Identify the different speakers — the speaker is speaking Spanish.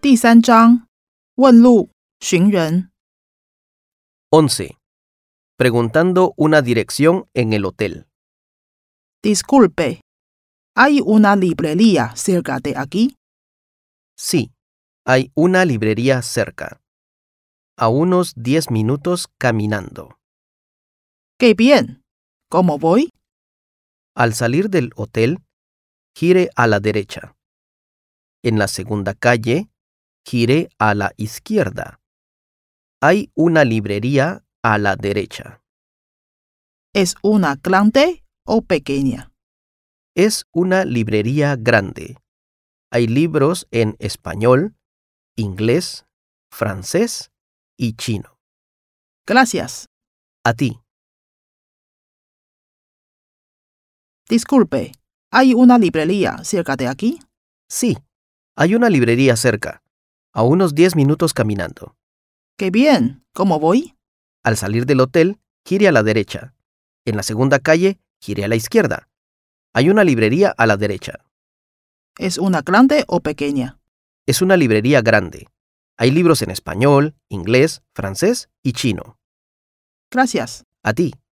Speaker 1: 第三章，问路寻人。
Speaker 2: 11. Preguntando una dirección en el hotel.
Speaker 1: Disculpe, ¿hay una librería cerca de aquí?
Speaker 2: Sí, hay una librería cerca. A unos 10 minutos caminando.
Speaker 1: Qué bien. ¿Cómo voy?
Speaker 2: Al salir del hotel, gire a la derecha. En la segunda calle, gire a la izquierda. Hay una librería a la derecha.
Speaker 1: ¿Es una grande o pequeña?
Speaker 2: Es una librería grande. Hay libros en español, inglés, francés y chino.
Speaker 1: Gracias.
Speaker 2: A ti.
Speaker 1: Disculpe, ¿hay una librería cerca de aquí?
Speaker 2: Sí, hay una librería cerca, a unos 10 minutos caminando.
Speaker 1: Qué bien. ¿Cómo voy?
Speaker 2: Al salir del hotel, gire a la derecha. En la segunda calle, gire a la izquierda. Hay una librería a la derecha.
Speaker 1: ¿Es una grande o pequeña?
Speaker 2: Es una librería grande. Hay libros en español, inglés, francés y chino.
Speaker 1: Gracias.
Speaker 2: A ti.